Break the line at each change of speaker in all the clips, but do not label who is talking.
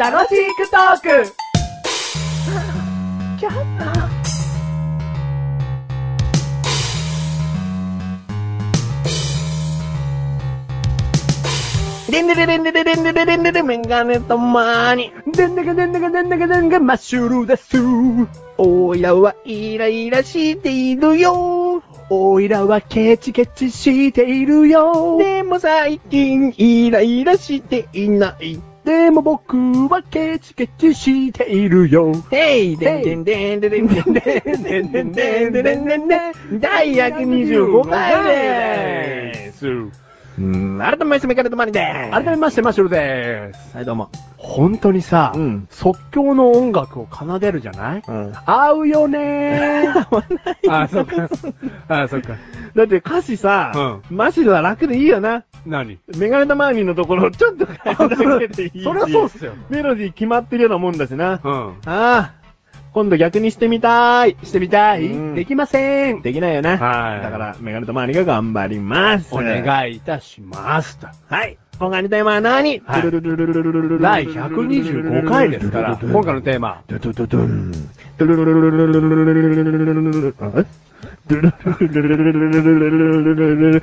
楽しくトーク
でんでれれんでれれんでれれんでれメガネとマーニ。
でんでかでんでかでんでかでんがマッシュルです
おいらはイライラしているよ。
おいらはケチケチしているよ
でも最近イライラしていない。
でも僕はケチケチしているよ
へいでんでんでんでんでんでんでんでんでんでんでんでんでん第125回ですうん、改めましてメガネとマーニです。
改めましてマッシュルです
はい、どうも。
本当にさ、
ん。
即興の音楽を奏でるじゃない
うん。
合うよねー あ、そっか。あ、そっか。
だって歌詞さ、マシルは楽でいいよな。
何
メガネとマーニーのところちょっと変えだけでいいし。
そりゃそうっすよ。
メロディー決まってるようなもんだしな。
うん。
ああ、今度逆にしてみたーい。
してみたい、
うん
できません
できないよね。
はい
だから、メガネとマーニーが頑張ります。
お願いいたしますと。
はい。今回のテーマは何
はい
ルルルルルルルルルル
第125回ですから、今回のテーマ。
ドゥドゥドゥン。ドゥルルルルルルルルルルルルルルルルあドゥルルルルルルルルルルルルルル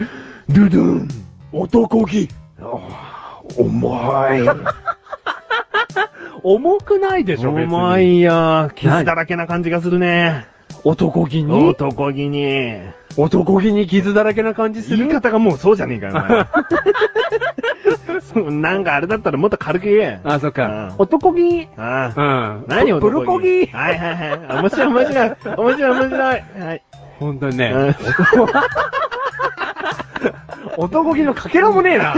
ドゥドゥン。
男気。
重い。
重くないでしょ、別に
重。いよ。傷だらけな感じがするね。
男気に
男気に。
男気に傷だらけな感じす
言い
る
方がもうそうじゃねえかよお 前そう、なんかあれだったらもっと軽く言え。
あ、そっ
う
か
ん。
男気。
あ
う
あ。
ん。
何
プ
男気
ルコギ。
はいはいはい。面白い面白い。面白い面白い。はい。
ほんとに
う
ね。
ん
男気のかけらもねえな。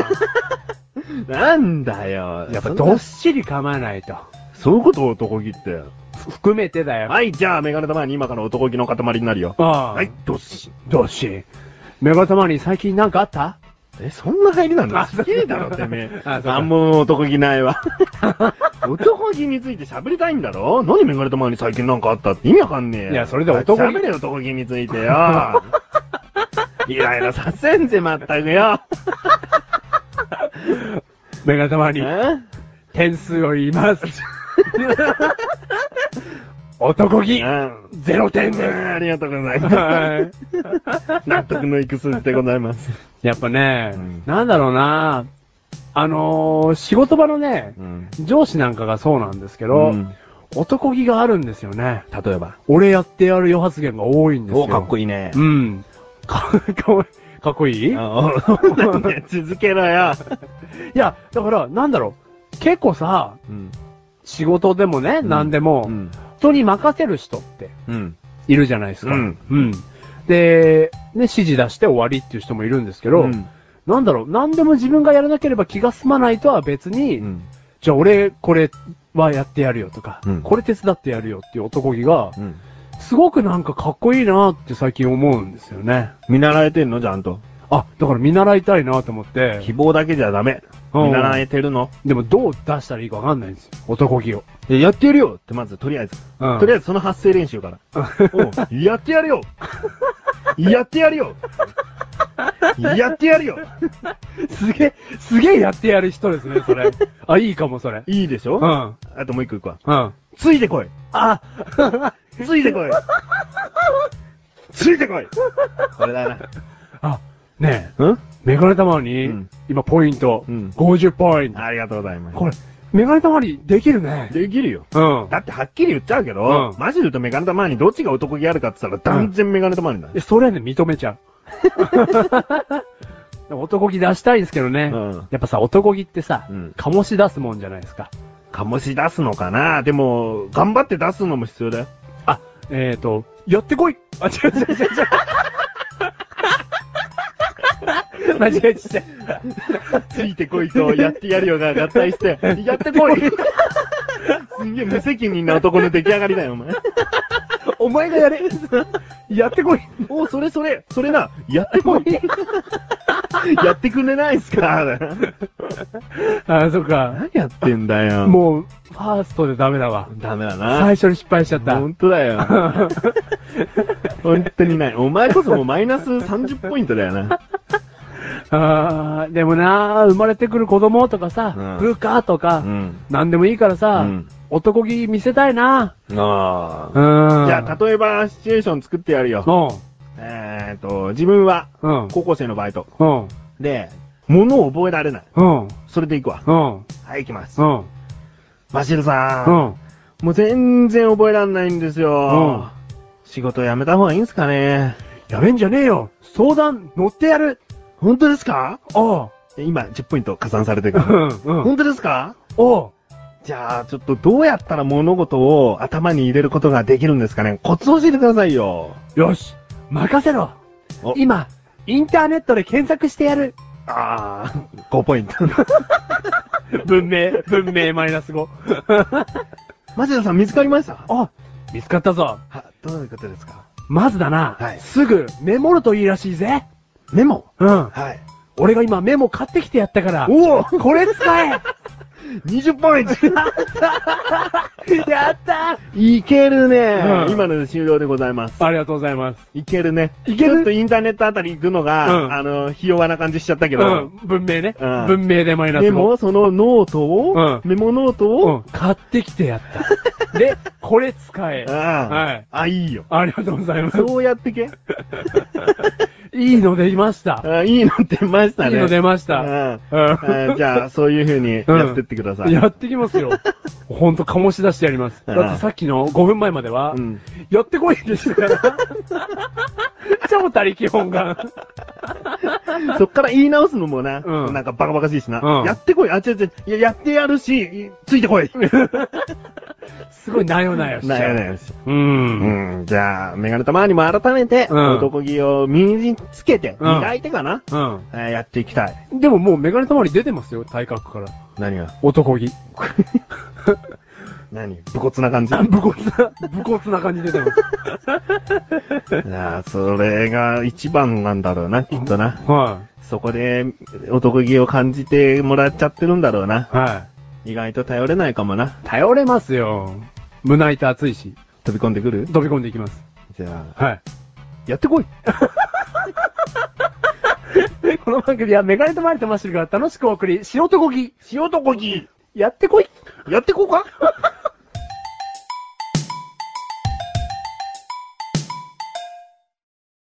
なんだよ。
やっぱ
そんな
どっしり構えないと。
そういうこと男気って。
含めてだよ。
はい、じゃあメガネ玉に今から男気の塊になるよ。
あ
は
はいい。、
どっし。
どうし。メガ様に最近なんかあった
え、そんな入りなんだ
あ
好きだろ、てめえ。
あそうか
あんも男気ないわ。男気について喋りたいんだろ何メガネ玉に最近なんかあったって意味わかんねえよ
いやそれで男気
喋れよ、男気について よ。イライラさせんぜ、まったくよ。
メガ様に
え
点数を言います。男気
うん。
ゼロ点
う
で
んありがとうござい
す。
ま
はい。
す。納得のいく数字でございます。
やっぱね、
うん
なんだろうな、あのー仕事場のね、
うん。
上司なんかがそうなんですけど、
例
男気があるんですよね。
えば。
俺やってやるよ発言が多いんですよ。
おかっこいいね。
いうん。か、かわいいかっこいいい
あおなんで続けろよ。
や、だから、なんだろう、結構さ、
うん。
仕事でもね、
うん
何でも、
ん。
人に任せる人って
うん。
いるじゃないですか。
うん。
で、ね、指示出して終わりっていう人もいるんですけど、なんだろう、何でも自分がやらなければ気が済まないとは別に、
うん。
じゃあ俺、これはやってやるよとか、
うん
これ手伝ってやるよっていう男気が、
うん。
すごくなんかかっこいいなって最近思うんですよね。
見習えてんのちゃんと。
あ、だから見習いたいなと思って、
希望だけじゃダメ。
うん
見習えてるの
でもどう出したらいいかわかんないんですよ。男気を。
いややってやるよってまず、とりあえず。
うん
とりあえずその発声練習から。おうやってや るよやってやるよやってやるよ
すげえ、すげえやってやる人ですね、それ。あ、いいかも、それ。
いいでし
う
ょ
ん。うん。
あともう一個いくわ。
あ、
ついてこい
あ、
ついてこいついてこいこれだな。
ねえ、
うん
メガネたまに、
うん
今ポイント、
うん
50ポイント。
ありがとうございます。
これ、メガネたまにできるね。
できるよ。
うん。
だってはっきり言っちゃうけど、
うん
マジで言うとメガネとマーニーどっちが男気あるかって言ったら断然メガネとマーニーだね
で、。それはね、認めちゃう。 男気出したいですけどね。
うん
やっぱさ、男気ってさ、
うん
醸し出すもんじゃないですか。
醸し出すのかなでも、頑張って出すのも必要だよ。
あ、えっ、ー、と、やってこいあ、違う違う違う違う。間違えちゃった。
ついてこいと、やってやるよが合体して、やってこいすんげえ無責任な男の出来上がりだよ、お前。
お前がやれ。やってこい。
おそれそれ、それな、やってこいやってくれないっすか
あ、そっか。
何やってんだよ。
もう、ファーストでダメだわ。
う、ダメだな。
最初に失敗しちゃった。
本当だよ。本当にない。お前こそもうマイナス30ポイントだよな。
あーでもな、生まれてくる子供とかさ、
うん
部下とか、
うん。
なんでもいいからさ、
うん
男気見せたいな。
あ
う
あ。
ん。
じゃあ、例えば、シチュエーション作ってやるよ。えーっと、自分は、
うん。うん。
高校生のバイト。
うん。
で、物を覚えられない。
うん。
それで行くわ。
うん。
はい、行きます
う。ん。
バシルさ。
うんん。
もう全然覚えらんないんです
うん
よ。仕事辞めた方がいいんすかね
やめんじゃねえよ。相談乗ってやる。
本当ですか
おう。
今、10ポイント加算されて
う
るから。
ん。うん。
本当ですか
おう。
じゃあ、ちょっとどうやったら物事を頭に入れることができるんですかねコツ教えてくださいよ。
よし。任せろ
お。
今、インターネットで検索してやる。
ああ、5ポイント。
文明、文明マイナス5。
マジルさん見つかりました
あ、見つかったぞ。
は、どういうことですか
まずだな。
はい
すぐメモるといいらしいぜ。
メモ
うん。
はい。
俺が今メモ買ってきてやったから。
おお
これ使え
!20 ポイント
やった
いけるね、
うん
今ので終了でございます。
ありがとうございます。
いけるね。
いける
ちょっとインターネットあたり行くのが、
うん
あの、ひ弱な感じしちゃったけ
う
ど
ん、。文明ね。
うん
文明でマイナス5。
でも、そのノートを、
う
メモノート
う
を、
ん、買ってきてやった。で、これ使え。
ああ、
はい
あ、いいよ。
ありがとうございます。
そうやってけ。
いいの出ました。
あいいの出ました
いい
ね。
の出まし
う
た。
ん
うん
あじゃあ、そういう風にやってってください。
やってきますよ。ほんと、醸し出してやります。だってさっきの5分前までは、
うん
やってこいでしたから。超他力本願。
そっから言い直すのもな、
うん
なんかバカバカしいしな。
うん
やってこい。あ、違う違う。いや、やってやるし、いついてこい。
すごいなよなよしちゃ
な
う。
やなやし。
うん。
うん。じゃあ、メガネたまにも改めて、
うん
男気を身につけて、
うん
磨いてかな、
うん。
えーやっていきたい。
でももうメガネたまり出てますよ、体格から。
何が
男気。
何武骨な感じ。
武骨な、武骨な感じ出てます。
いやーそれが一番なんだろうな、きっとな。
は。。
そこで、男気を感じてもらっちゃってるんだろうない
は
意外と頼れないかもな。
い。頼れますよ。胸板熱いし、
飛び込んでくる
飛び込んでいきます。
じゃあ、
はい。
やってこい
この番組はメガネとマリとマッシュルが楽しくお送り、素人こぎ、
塩男気
やってこい
やってこうか